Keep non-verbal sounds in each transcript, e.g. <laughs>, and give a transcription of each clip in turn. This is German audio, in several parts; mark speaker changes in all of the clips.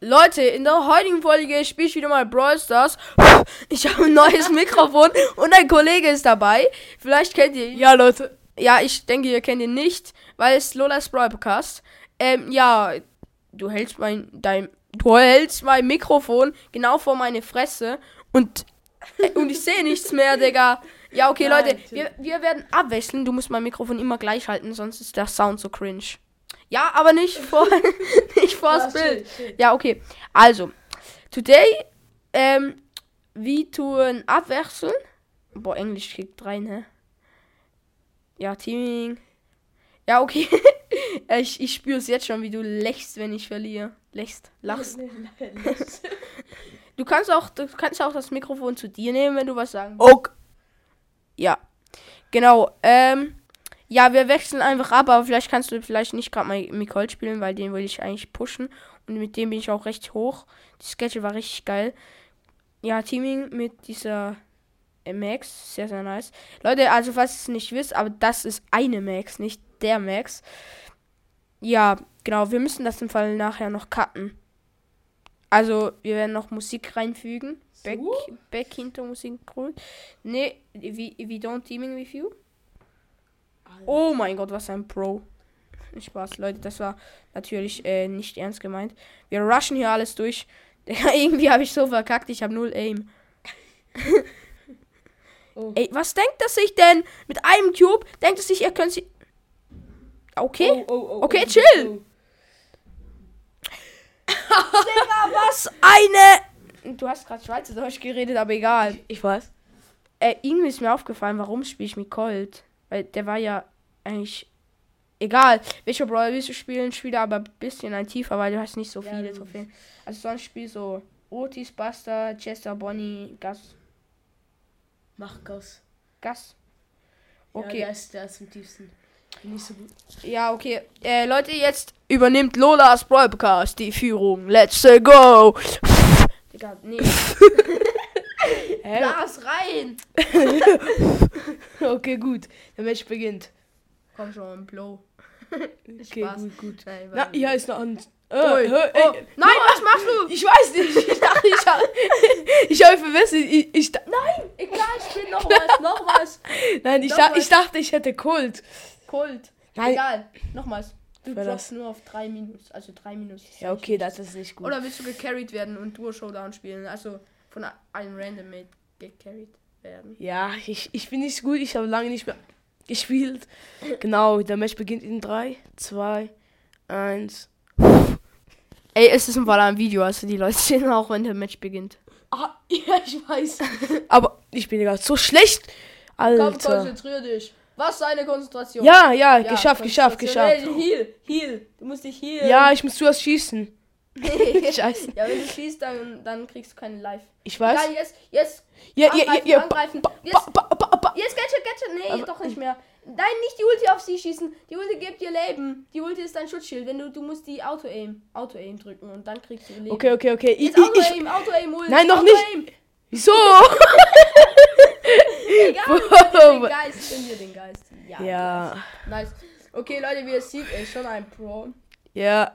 Speaker 1: Leute, in der heutigen Folge spiele ich wieder mal Brawl Stars. <laughs> Ich habe ein neues Mikrofon und ein Kollege ist dabei. Vielleicht kennt ihr ihn.
Speaker 2: Ja, Leute.
Speaker 1: Ja, ich denke, ihr kennt ihn nicht, weil es Lola's Brawl Podcast. Ähm, ja, du hältst mein, dein, du hältst mein Mikrofon genau vor meine Fresse und, äh, und ich sehe nichts mehr, Digga. Ja, okay,
Speaker 2: Nein,
Speaker 1: Leute,
Speaker 2: Tim.
Speaker 1: wir, wir werden abwechseln. Du musst mein Mikrofon immer gleich halten, sonst ist der Sound so cringe. Ja, aber nicht vor, <laughs> nicht vor das Bild. Ja, okay. Also, today, ähm, wir tun abwechseln. Boah, Englisch kriegt rein, hä? Ja, Teaming. Ja, okay. <laughs> Äh, ich ich spüre es jetzt schon, wie du lächst, wenn ich verliere. Lächst,
Speaker 2: <laughs>
Speaker 1: lachst. Du kannst auch, du kannst auch das Mikrofon zu dir nehmen, wenn du was sagen willst.
Speaker 2: Ok.
Speaker 1: Ja. Genau, ähm. Ja, wir wechseln einfach ab, aber vielleicht kannst du vielleicht nicht gerade mal Nicole spielen, weil den will ich eigentlich pushen. Und mit dem bin ich auch recht hoch. Die Sketche war richtig geil. Ja, Teaming mit dieser äh, Max, sehr, sehr nice. Leute, also falls ihr es nicht wisst, aber das ist eine Max, nicht der Max. Ja, genau, wir müssen das im Fall nachher noch cutten. Also, wir werden noch Musik reinfügen. Back,
Speaker 2: So?
Speaker 1: back hinter Musik cool. Nee, we, we don't teaming with you. Oh mein Gott, was ein Pro. Spaß, Leute, das war natürlich äh, nicht ernst gemeint. Wir rushen hier alles durch. <laughs> Digga, Irgendwie habe ich so verkackt, ich habe null Aim.
Speaker 2: <laughs> Oh.
Speaker 1: Ey, was denkt das sich denn? Mit einem Cube denkt es sich, ihr könnt sie. Okay.
Speaker 2: Oh, oh, oh,
Speaker 1: Okay,
Speaker 2: oh,
Speaker 1: chill.
Speaker 2: oh.
Speaker 1: Digga, was eine. Du hast gerade Schweizerdeutsch geredet, aber egal.
Speaker 2: Ich weiß.
Speaker 1: Äh, irgendwie ist mir aufgefallen, warum spiele ich mit Colt? Weil der war ja eigentlich. Egal, welcher Brawler willst du spielen? Spiele aber ein bisschen ein tiefer, weil du hast nicht so
Speaker 2: Ja,
Speaker 1: viele
Speaker 2: du-
Speaker 1: Trophäen. Also sonst spiel so Otis, Buster, Chester, Bonnie, Gas.
Speaker 2: Mach Gas.
Speaker 1: Gas.
Speaker 2: Okay.
Speaker 1: Okay.
Speaker 2: Ja, der ist, der ist am tiefsten. Nicht so gut.
Speaker 1: Ja, okay. Äh, Leute, jetzt übernimmt Lolas Broadcast die Führung. Let's uh, go! Digga, <laughs> nee.
Speaker 2: Hä?
Speaker 1: Blas rein!
Speaker 2: Äh, <laughs> Okay, gut. Der Match beginnt.
Speaker 1: Komm schon, blow.
Speaker 2: Okay,
Speaker 1: Spaß.
Speaker 2: gut, gut.
Speaker 1: Nein,
Speaker 2: Na,
Speaker 1: warte.
Speaker 2: hier ist noch ein. Äh,
Speaker 1: Ui.
Speaker 2: hä,
Speaker 1: Oh,
Speaker 2: ey,
Speaker 1: nein, was machst du?
Speaker 2: Ich
Speaker 1: <laughs>
Speaker 2: weiß nicht. Ich dachte, ich habe. Ich habe verwechselt. Ich, ich, da-
Speaker 1: Nein! Egal, ich will noch was, noch was.
Speaker 2: nein, ich, da,
Speaker 1: Nochmal.
Speaker 2: ich dachte, ich hätte Colt.
Speaker 1: Cold.
Speaker 2: Nein.
Speaker 1: Egal, nochmals. Du
Speaker 2: War
Speaker 1: droppst
Speaker 2: das-
Speaker 1: nur auf 3 Minus, also 3 Minus. ist
Speaker 2: Ja,
Speaker 1: nicht
Speaker 2: okay,
Speaker 1: schlecht.
Speaker 2: das ist nicht gut.
Speaker 1: Oder willst du gecarried werden und Duo Showdown spielen? Also von a- einem Random mit gecarried werden.
Speaker 2: Ja, ich, ich bin nicht gut, ich habe lange nicht mehr gespielt. Genau, der Match beginnt in 3, 2, 1.
Speaker 1: Ey, es ist im Fall ein Video, also die Leute <laughs> sehen auch, wenn der Match beginnt.
Speaker 2: Ah, ja, ich <laughs> weiß. Aber ich bin gerade so schlecht.
Speaker 1: Komm,
Speaker 2: Alter.
Speaker 1: konzentrier dich. Was seine Konzentration?
Speaker 2: Ja, ja, geschafft, geschafft,
Speaker 1: konzentrier-
Speaker 2: geschafft.
Speaker 1: Nee, Heal, heal. Du musst dich healen. <laughs>
Speaker 2: Ja, <laughs> ich muss zuerst schießen. Scheiße.
Speaker 1: Ja, wenn du schießt, dann, dann kriegst du keine Live.
Speaker 2: Ich weiß.
Speaker 1: Egal, jetzt, jetzt.
Speaker 2: Ja, ja, ja,
Speaker 1: angreifen,
Speaker 2: ja. ba-
Speaker 1: angreifen.
Speaker 2: ba-
Speaker 1: Jetzt,
Speaker 2: ba- ba- ba-
Speaker 1: jetzt Gadget, Gadget. Nee,
Speaker 2: Aber-
Speaker 1: doch nicht mehr. Nein, nicht die Ulti auf sie schießen. Die Ulti gibt dir Leben. Die Ulti ist dein Schutzschild. Wenn du, du musst die Auto-Aim, Auto-Aim drücken und dann kriegst du Leben.
Speaker 2: Okay, okay, okay. Ich,
Speaker 1: Jetzt
Speaker 2: ich, ich,
Speaker 1: Auto-Aim, Auto-Aim, Ulti.
Speaker 2: Nein, noch
Speaker 1: Auto-Aim. <laughs>
Speaker 2: wieso?
Speaker 1: Egal, gönn dir
Speaker 2: Wow. <laughs>
Speaker 1: den Geist, gönn dir den Geist. Ja.
Speaker 2: Ja,
Speaker 1: Nice. Okay, Leute, wie ihr seht, er ist schon ein Pro.
Speaker 2: ja.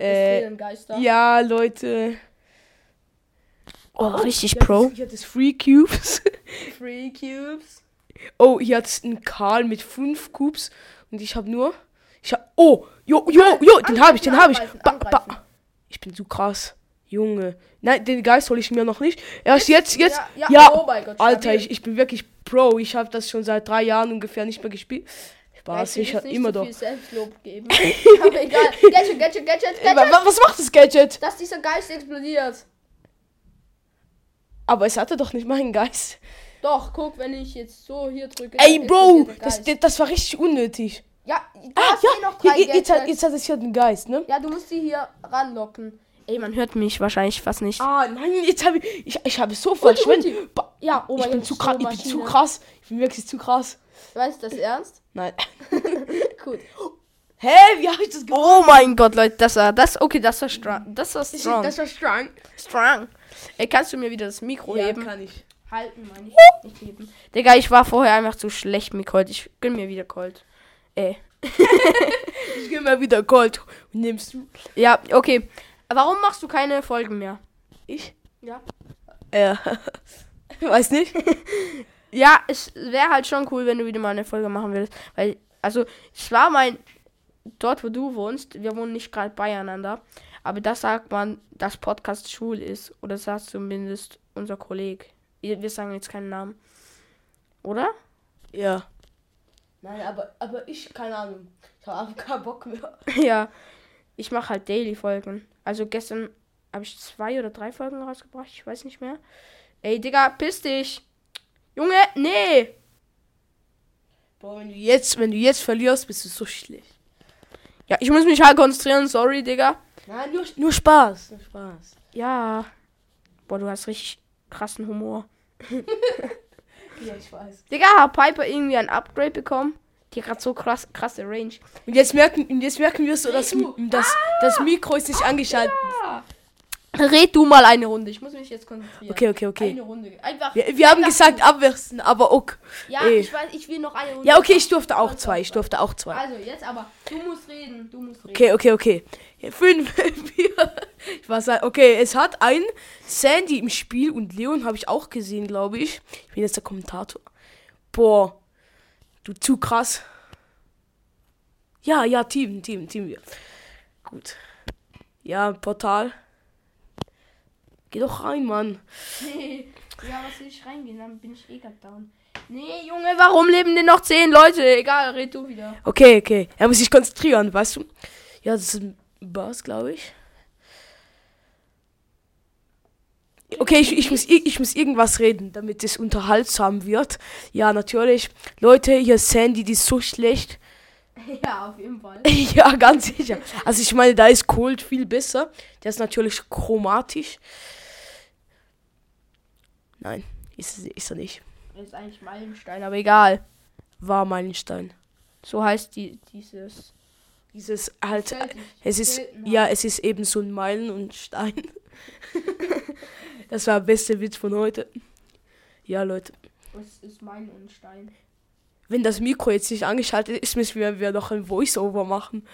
Speaker 1: Es
Speaker 2: Äh,
Speaker 1: fehlen Geister.
Speaker 2: ja, Leute.
Speaker 1: Oh, richtig
Speaker 2: Hier hat es- Hier hat es Free
Speaker 1: <laughs>
Speaker 2: Cubes.
Speaker 1: Free Cubes.
Speaker 2: Oh, hier hat's einen Karl mit fünf Cubes und ich habe nur. Ich hab. Oh, jo, jo, jo, den habe ich, den habe ich.
Speaker 1: Angreifen,
Speaker 2: Ba, ba.
Speaker 1: angreifen.
Speaker 2: Ich bin so krass. Junge. Nein, den Geist hole ich mir noch nicht. Erst jetzt, jetzt.
Speaker 1: Ja, ja,
Speaker 2: Ja,
Speaker 1: oh mein Gott,
Speaker 2: Alter,
Speaker 1: stabil.
Speaker 2: ich, ich bin wirklich Pro. Ich habe das schon seit drei Jahren ungefähr nicht mehr gespielt. Spaß,
Speaker 1: will
Speaker 2: ich
Speaker 1: jetzt
Speaker 2: hab
Speaker 1: nicht
Speaker 2: immer
Speaker 1: so
Speaker 2: doch.
Speaker 1: viel Selbstlob
Speaker 2: <laughs>
Speaker 1: geben. Aber egal. Gadget, Gadget, Gadget,
Speaker 2: Ey, wa-
Speaker 1: Gadget.
Speaker 2: wa- was macht das Gadget?
Speaker 1: Dass dieser Geist explodiert.
Speaker 2: Aber es hatte doch nicht meinen Geist.
Speaker 1: Doch, guck, wenn ich jetzt so hier drücke.
Speaker 2: Ey,
Speaker 1: dann
Speaker 2: Bro,
Speaker 1: explodiert der
Speaker 2: das,
Speaker 1: Geist.
Speaker 2: das war richtig unnötig.
Speaker 1: ja, du
Speaker 2: Ah,
Speaker 1: hast eh
Speaker 2: ja,
Speaker 1: noch drei
Speaker 2: hier, hier- jetzt, hat,
Speaker 1: Gadgets.
Speaker 2: jetzt hat es hier den Geist, ne?
Speaker 1: Ja, du musst die hier ranlocken. halt- Ey, man hört mich wahrscheinlich fast nicht.
Speaker 2: Ah, nein, jetzt habe ich, ich, ich habe so verschwendet. Ba-
Speaker 1: Ja, oh
Speaker 2: ich
Speaker 1: mein
Speaker 2: bin
Speaker 1: Gott,
Speaker 2: zu
Speaker 1: so
Speaker 2: krass, ich bin zu
Speaker 1: Maschine.
Speaker 2: krass. Ich bin wirklich zu krass.
Speaker 1: Weißt du das ernst?
Speaker 2: Nein.
Speaker 1: <laughs> Gut.
Speaker 2: Hä, wie habe ich das gemacht?
Speaker 1: Oh mein Gott, Leute, das war das. Okay, das war strong. Mhm. Das war
Speaker 2: Ich-
Speaker 1: strong.
Speaker 2: war strong.
Speaker 1: strong. Ey, kannst du mir wieder das Mikro
Speaker 2: Ja,
Speaker 1: heben?
Speaker 2: kann ich.
Speaker 1: Halten, meine ich. Nicht heben. Digga, ich war vorher einfach zu schlecht mit Colt. Ich gönn mir wieder Colt. Ey. <laughs>
Speaker 2: Ich gehe mal wieder Gold und nimmst du.
Speaker 1: Ja, okay. Warum machst du keine Folgen mehr?
Speaker 2: Ich?
Speaker 1: Ja.
Speaker 2: <laughs> Ja. Weiß nicht.
Speaker 1: Ja, es wäre halt schon cool, wenn du wieder mal eine Folge machen würdest. Weil, also, es war mein. Dort, wo du wohnst, wir wohnen nicht gerade beieinander. Aber das sagt man, dass Podcast schwul ist. Oder das sagt zumindest unser Kollege. Wir wir sagen jetzt keinen Namen. Oder? <laughs>
Speaker 2: Ja. Nein, aber, aber ich, keine Ahnung. Ich habe einfach keinen Bock mehr.
Speaker 1: ja. Ich mache halt Daily-Folgen. Also gestern habe ich zwei oder drei Folgen rausgebracht. Ich weiß nicht mehr. Ey, Digga, piss dich. Junge, nee.
Speaker 2: Boah, wenn du jetzt, wenn du jetzt verlierst, bist du so schlecht.
Speaker 1: Ja, ich muss mich halt konzentrieren. Sorry, Digga.
Speaker 2: Nein, nur, nur Spaß. Nur Spaß.
Speaker 1: Ja. Boah, du hast richtig krassen Humor.
Speaker 2: Ja, ich weiß.
Speaker 1: Digga, hat Piper irgendwie ein Upgrade bekommen? Die hat grad so krass, krasse Range.
Speaker 2: Und jetzt merken, und jetzt merken wir so, dass
Speaker 1: Du.
Speaker 2: das, das Mikro ist nicht angeschaltet.
Speaker 1: Red du mal eine Runde. Ich muss mich jetzt konzentrieren.
Speaker 2: Okay, okay, okay.
Speaker 1: Eine Runde. Einfach.
Speaker 2: Wir, wir haben gesagt abwechseln, aber okay.
Speaker 1: Ja,
Speaker 2: ey.
Speaker 1: ich weiß, ich will noch eine Runde.
Speaker 2: eh. Ja, okay, ich durfte auch zwei. Ich durfte auch zwei.
Speaker 1: Also, jetzt aber. Du musst reden. Du musst reden.
Speaker 2: Okay, okay, okay. Ja, Fünf, <laughs> vier. Ich war sa- Okay, es hat ein Sandy im Spiel und Leon habe ich auch gesehen, glaube ich. Ich bin jetzt der Kommentator. Boah, du zu krass. Ja, ja, Team, Team, Team wir. Gut. Ja, Portal. Geh doch rein, Mann.
Speaker 1: Nee. Ja, was will ich reingehen? Dann bin ich eh grad down. Nee, Junge, warum leben denn noch zehn Leute? Egal, red du wieder. <laughs>
Speaker 2: Okay, okay. Er muss sich konzentrieren, weißt du? Ja, das ist ein Bass, glaube ich. Okay, ich, ich, muss, ir- ich muss irgendwas reden, damit es unterhaltsam wird. Ja, natürlich. Leute, hier ist Sandy, die ist so schlecht. <laughs>
Speaker 1: Ja, auf jeden Fall.
Speaker 2: ja, ganz sicher. Also ich meine, da ist Cold viel besser. Der ist natürlich chromatisch. Nein, ist, ist er nicht.
Speaker 1: Ist eigentlich Meilenstein, aber egal.
Speaker 2: War Meilenstein.
Speaker 1: So heißt die, dieses.
Speaker 2: Dieses halt.
Speaker 1: Feld nicht.
Speaker 2: Es ist,
Speaker 1: Selten
Speaker 2: ja, es ist eben so ein Meilen und Stein. <laughs> das war der beste Witz von heute. Ja, Leute.
Speaker 1: Es ist Meilenstein.
Speaker 2: Wenn das Mikro jetzt nicht angeschaltet ist, müssen wir, wir noch ein Voice-Over machen.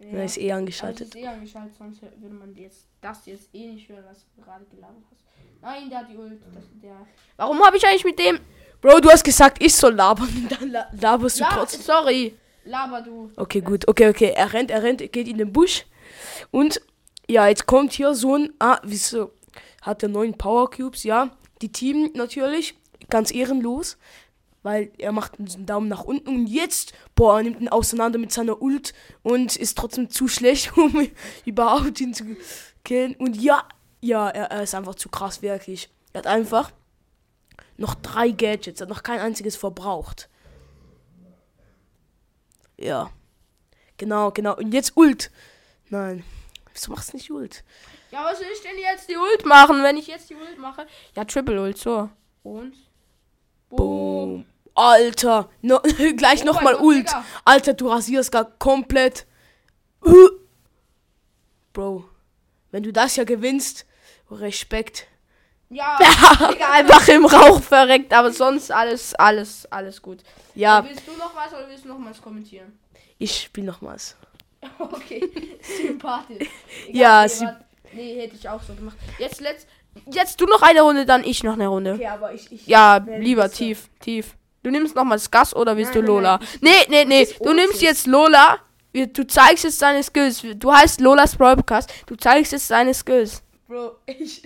Speaker 1: Ja.
Speaker 2: Ja. ist
Speaker 1: Aber
Speaker 2: eh
Speaker 1: es
Speaker 2: angeschaltet.
Speaker 1: ist eh angeschaltet, sonst hö- würde man jetzt, das jetzt eh nicht hören, was du gerade gelabert hast. Nein, der hat die Ult. Das, der. Warum habe ich eigentlich mit dem.
Speaker 2: Bro, du hast gesagt, ich soll labern. und Dann Also la- laberst du
Speaker 1: Ja,
Speaker 2: trotzdem.
Speaker 1: sorry. Laber du.
Speaker 2: Okay, gut. Okay, okay. Er rennt, er rennt, geht in den Busch. Und ja, jetzt kommt hier so ein. Ah, wieso? Hat er neun Power Cubes, ja. Die Team natürlich. Ganz ehrenlos. Weil er macht einen Daumen nach unten und jetzt, boah, er nimmt ihn auseinander mit seiner Ult und ist trotzdem zu schlecht, <laughs> um überhaupt ihn zu killen. Und ja, ja, er, er ist einfach zu krass, wirklich. Er hat einfach noch drei Gadgets, er hat noch kein einziges verbraucht. Ja. Genau, genau. Und jetzt Ult. Nein. Wieso machst du nicht Ult?
Speaker 1: Ja, was soll ich denn jetzt die Ult machen, wenn ich jetzt die Ult mache? Ja, Triple Ult, so. Und? Boom.
Speaker 2: Boom. Alter. No, <laughs> gleich
Speaker 1: Oh
Speaker 2: nochmal
Speaker 1: mein Gott,
Speaker 2: Ult.
Speaker 1: Digga.
Speaker 2: Alter, du rasierst gar komplett. Huh. Bro. Wenn du das ja gewinnst, Respekt.
Speaker 1: <laughs>
Speaker 2: <laughs>
Speaker 1: Ja,
Speaker 2: Ja,
Speaker 1: Digga, einfach im Rauch verreckt, aber sonst alles, alles, alles gut.
Speaker 2: ja
Speaker 1: Willst du noch was oder willst du noch was kommentieren? <laughs>
Speaker 2: ich spiel nochmals.
Speaker 1: Okay, <laughs> sympathisch.
Speaker 2: Ja,
Speaker 1: nee,
Speaker 2: symp-
Speaker 1: warte. Nee, hätte ich auch so gemacht. Jetzt, letzt, jetzt du noch eine Runde, dann ich noch eine Runde.
Speaker 2: aber ich. ich
Speaker 1: Ja,
Speaker 2: Wer
Speaker 1: lieber
Speaker 2: bist du?
Speaker 1: tief, tief. Du nimmst nochmals Gas oder willst
Speaker 2: Nein,
Speaker 1: du
Speaker 2: nein,
Speaker 1: Lola?
Speaker 2: nein,
Speaker 1: Nee, nee, nee.
Speaker 2: ist
Speaker 1: Du nimmst
Speaker 2: Otis.
Speaker 1: jetzt Lola. Wir- Du zeigst jetzt deine Skills. Du heißt Lolas Broadcast. Du zeigst jetzt deine Skills.
Speaker 2: Bro, <laughs> ich.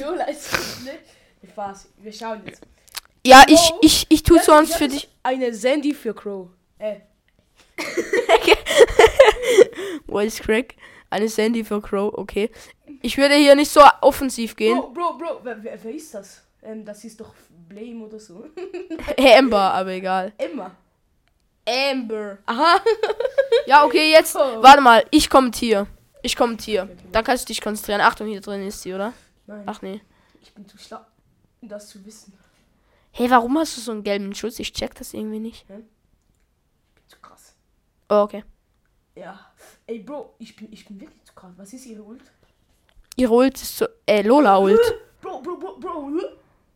Speaker 2: Lola ist komplett. Spaß. Wir schauen jetzt.
Speaker 1: Ja, ich,
Speaker 2: Wow.
Speaker 1: ich, ich tu
Speaker 2: Das-
Speaker 1: sonst
Speaker 2: das
Speaker 1: für
Speaker 2: ist
Speaker 1: dich.
Speaker 2: Eine Sandy für Crow. Äh.
Speaker 1: Voice Crack. Eine Sandy für Crow, okay. Ich würde hier nicht so offensiv gehen.
Speaker 2: Bro, bro, bro, wer, wer, wer ist das? Ähm, das ist doch Blame oder so. <laughs>
Speaker 1: Hey, Amber, aber egal.
Speaker 2: Emma.
Speaker 1: Amber.
Speaker 2: Aha.
Speaker 1: Ja, okay, jetzt.
Speaker 2: Oh.
Speaker 1: Warte mal, ich kommentiere. Ich kommentiere. Dann kannst du dich konzentrieren. Achtung, hier drin ist sie, oder?
Speaker 2: Nein,
Speaker 1: Ach nee.
Speaker 2: ich bin zu schlau, um das zu wissen.
Speaker 1: Hey, warum hast du so einen gelben Schutz? Ich check das irgendwie nicht.
Speaker 2: Zu krass.
Speaker 1: Oh, okay.
Speaker 2: Ja. Ey, Bro, ich bin, ich bin wirklich zu krass. Was ist ihre Ult?
Speaker 1: Ihre Ult ist so. Äh, Lola Ult.
Speaker 2: <laughs> Bro, bro, bro, bro.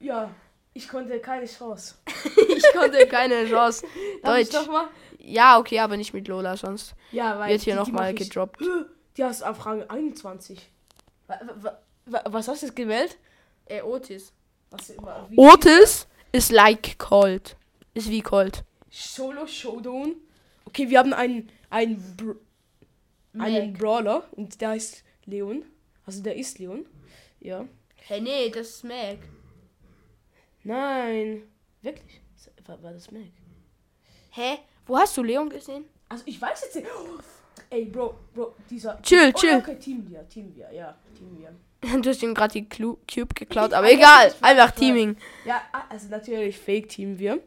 Speaker 2: Ja. Ich konnte keine Chance.
Speaker 1: <laughs> ich konnte keine Chance.
Speaker 2: Darf ich
Speaker 1: Deutsch.
Speaker 2: noch mal?
Speaker 1: Ja, okay, aber nicht mit Lola, sonst
Speaker 2: Ja, weil
Speaker 1: wird hier
Speaker 2: die- die
Speaker 1: nochmal
Speaker 2: mach ich.
Speaker 1: gedroppt.
Speaker 2: Die hast auf Rang 21. Wa- wa- wa- Was hast du jetzt gewählt?
Speaker 1: Äh, Otis.
Speaker 2: Was immer. Wie?
Speaker 1: Otis ist like cold. Ist wie cold.
Speaker 2: Solo Showdown. Okay, wir haben einen, einen, Br einen
Speaker 1: Mac.
Speaker 2: Brawler und der heißt Leon. Also der ist Leon. Ja.
Speaker 1: Hey, nee, das ist Mac.
Speaker 2: Nein. Wirklich? War, war das Mac?
Speaker 1: Hä? Wo hast du Leon gesehen? <laughs>
Speaker 2: Also ich weiß jetzt nicht. <gasps> Oh, ey, Bro, Bro, dieser.
Speaker 1: Chill,
Speaker 2: oh,
Speaker 1: chill.
Speaker 2: Okay, Team wir, Team wir, ja, Team wir.
Speaker 1: Du hast ihm gerade die Clu Cube geklaut, <laughs> aber
Speaker 2: Einfach
Speaker 1: egal.
Speaker 2: nicht mehr
Speaker 1: Einfach
Speaker 2: geklaut.
Speaker 1: Teaming.
Speaker 2: Ja, ah, also natürlich Fake Team wir.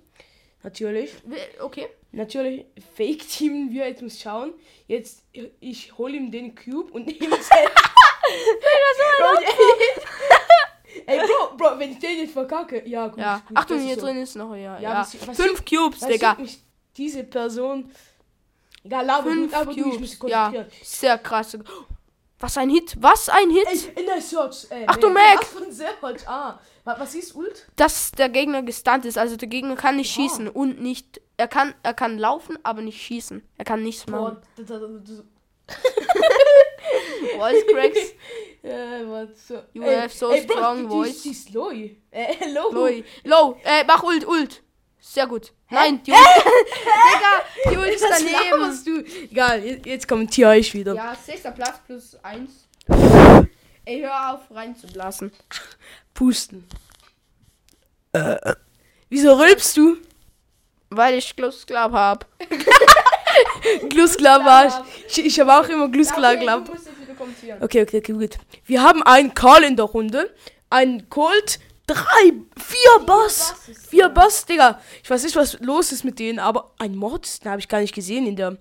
Speaker 2: Natürlich.
Speaker 1: <laughs> Okay.
Speaker 2: Natürlich Fake <laughs> Team wir. Jetzt muss ich schauen. Jetzt ich hol ihm den Cube und <laughs> halt nehme es selbst. Bro, ey, <laughs> ey, Bro, Bro, wenn ich den jetzt verkacke, ja gut.
Speaker 1: Ja.
Speaker 2: gut
Speaker 1: Achtung,
Speaker 2: das ist
Speaker 1: hier
Speaker 2: so.
Speaker 1: drin ist noch, ja. ja,
Speaker 2: Ja, was- was-
Speaker 1: Fünf Cubes,
Speaker 2: Weißt du,
Speaker 1: Digga.
Speaker 2: mich diese Person. Egal, aber
Speaker 1: Fünf
Speaker 2: gut, aber du, ich muss
Speaker 1: Cubes.
Speaker 2: mich
Speaker 1: Ja.
Speaker 2: konzentrieren.
Speaker 1: Sehr krass. Was ein Hit. Was ein Hit.
Speaker 2: Ey, in der Search. Äh,
Speaker 1: Ach du,
Speaker 2: nee,
Speaker 1: Mac.
Speaker 2: Was für ein Search? Ah, wa- was ist Ult?
Speaker 1: dass der Gegner gestunt ist. Also der Gegner kann nicht schießen und nicht. Er kann, er kann laufen, aber nicht schießen. Er kann nichts machen.
Speaker 2: Boah, das, das, das,
Speaker 1: Voice
Speaker 2: <laughs>
Speaker 1: cracks.
Speaker 2: äh, was so.
Speaker 1: You
Speaker 2: Ey,
Speaker 1: have so
Speaker 2: ey, Bro,
Speaker 1: strong
Speaker 2: die-
Speaker 1: voice.
Speaker 2: Die, die ist low. Äh, <laughs> low.
Speaker 1: Low. Low. Äh, mach Ult, Ult. Sehr gut. Nein, die Ult. Digga, die Ult ist
Speaker 2: Was
Speaker 1: daneben.
Speaker 2: laberst du? Egal, jetzt, jetzt kommentiere ich wieder.
Speaker 1: Ja, sechster Platz plus eins. Ey, hör auf reinzublasen.
Speaker 2: Pusten. Äh, Wieso rülpst du?
Speaker 1: Weil ich Schlussklapp hab.
Speaker 2: Glusklabarsch. Ich, ich habe auch immer Glusklabarsch.
Speaker 1: musst jetzt wieder kommentieren.
Speaker 2: Okay, okay, okay, gut. Wir haben einen Karl in der Runde, einen Colt, drei, vier Bass.
Speaker 1: Basses,
Speaker 2: Vier Bass, Digga. Ich weiß nicht, was los ist mit denen, aber ein Mord, den habe ich gar nicht gesehen in der.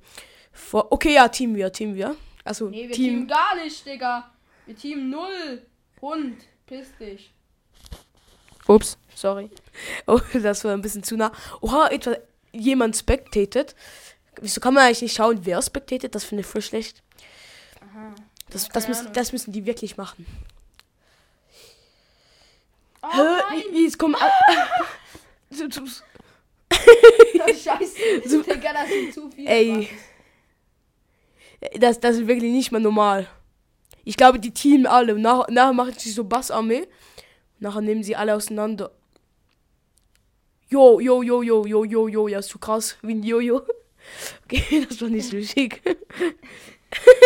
Speaker 2: Vor okay, ja, Team wir, Team wir. Also,
Speaker 1: Nee, wir
Speaker 2: Team.
Speaker 1: teamen gar nicht, Digga. Wir teamen null. Hund, piss dich. Ups, sorry.
Speaker 2: Oh, das war ein bisschen zu nah. Oha, etwa jemand spectated. Wieso kann man eigentlich nicht schauen, wer spectated? Das finde ich voll schlecht. Das, das,
Speaker 1: keine
Speaker 2: müssen,
Speaker 1: Ahnung.
Speaker 2: das müssen die wirklich machen.
Speaker 1: Oh
Speaker 2: Hä? Jetzt kommen.
Speaker 1: nein, <laughs> scheiße. Digga, das sind zu viele.
Speaker 2: Ey. Das, das ist wirklich nicht mehr normal. Ich glaube, die teamen alle. Nach, nachher machen sie so Bassarmee. Nachher nehmen sie alle auseinander. Jo, jo, jo, jo, jo, jo, jo. Ja, ist zu krass. Wie ein Jojo. <laughs> Okay, das war nicht so schick.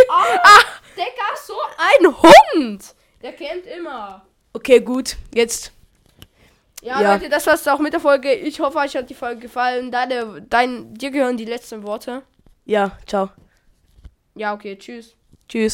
Speaker 1: Ah, Digga, so ein Hund. Der kennt immer.
Speaker 2: Okay, gut. Jetzt.
Speaker 1: Ja,
Speaker 2: Ja.
Speaker 1: Leute, das war's auch mit der Folge. Ich hoffe, euch hat die Folge gefallen. Deine, dein, dir gehören die letzten Worte.
Speaker 2: Ja, ciao.
Speaker 1: Ja, okay, tschüss.
Speaker 2: Tschüss.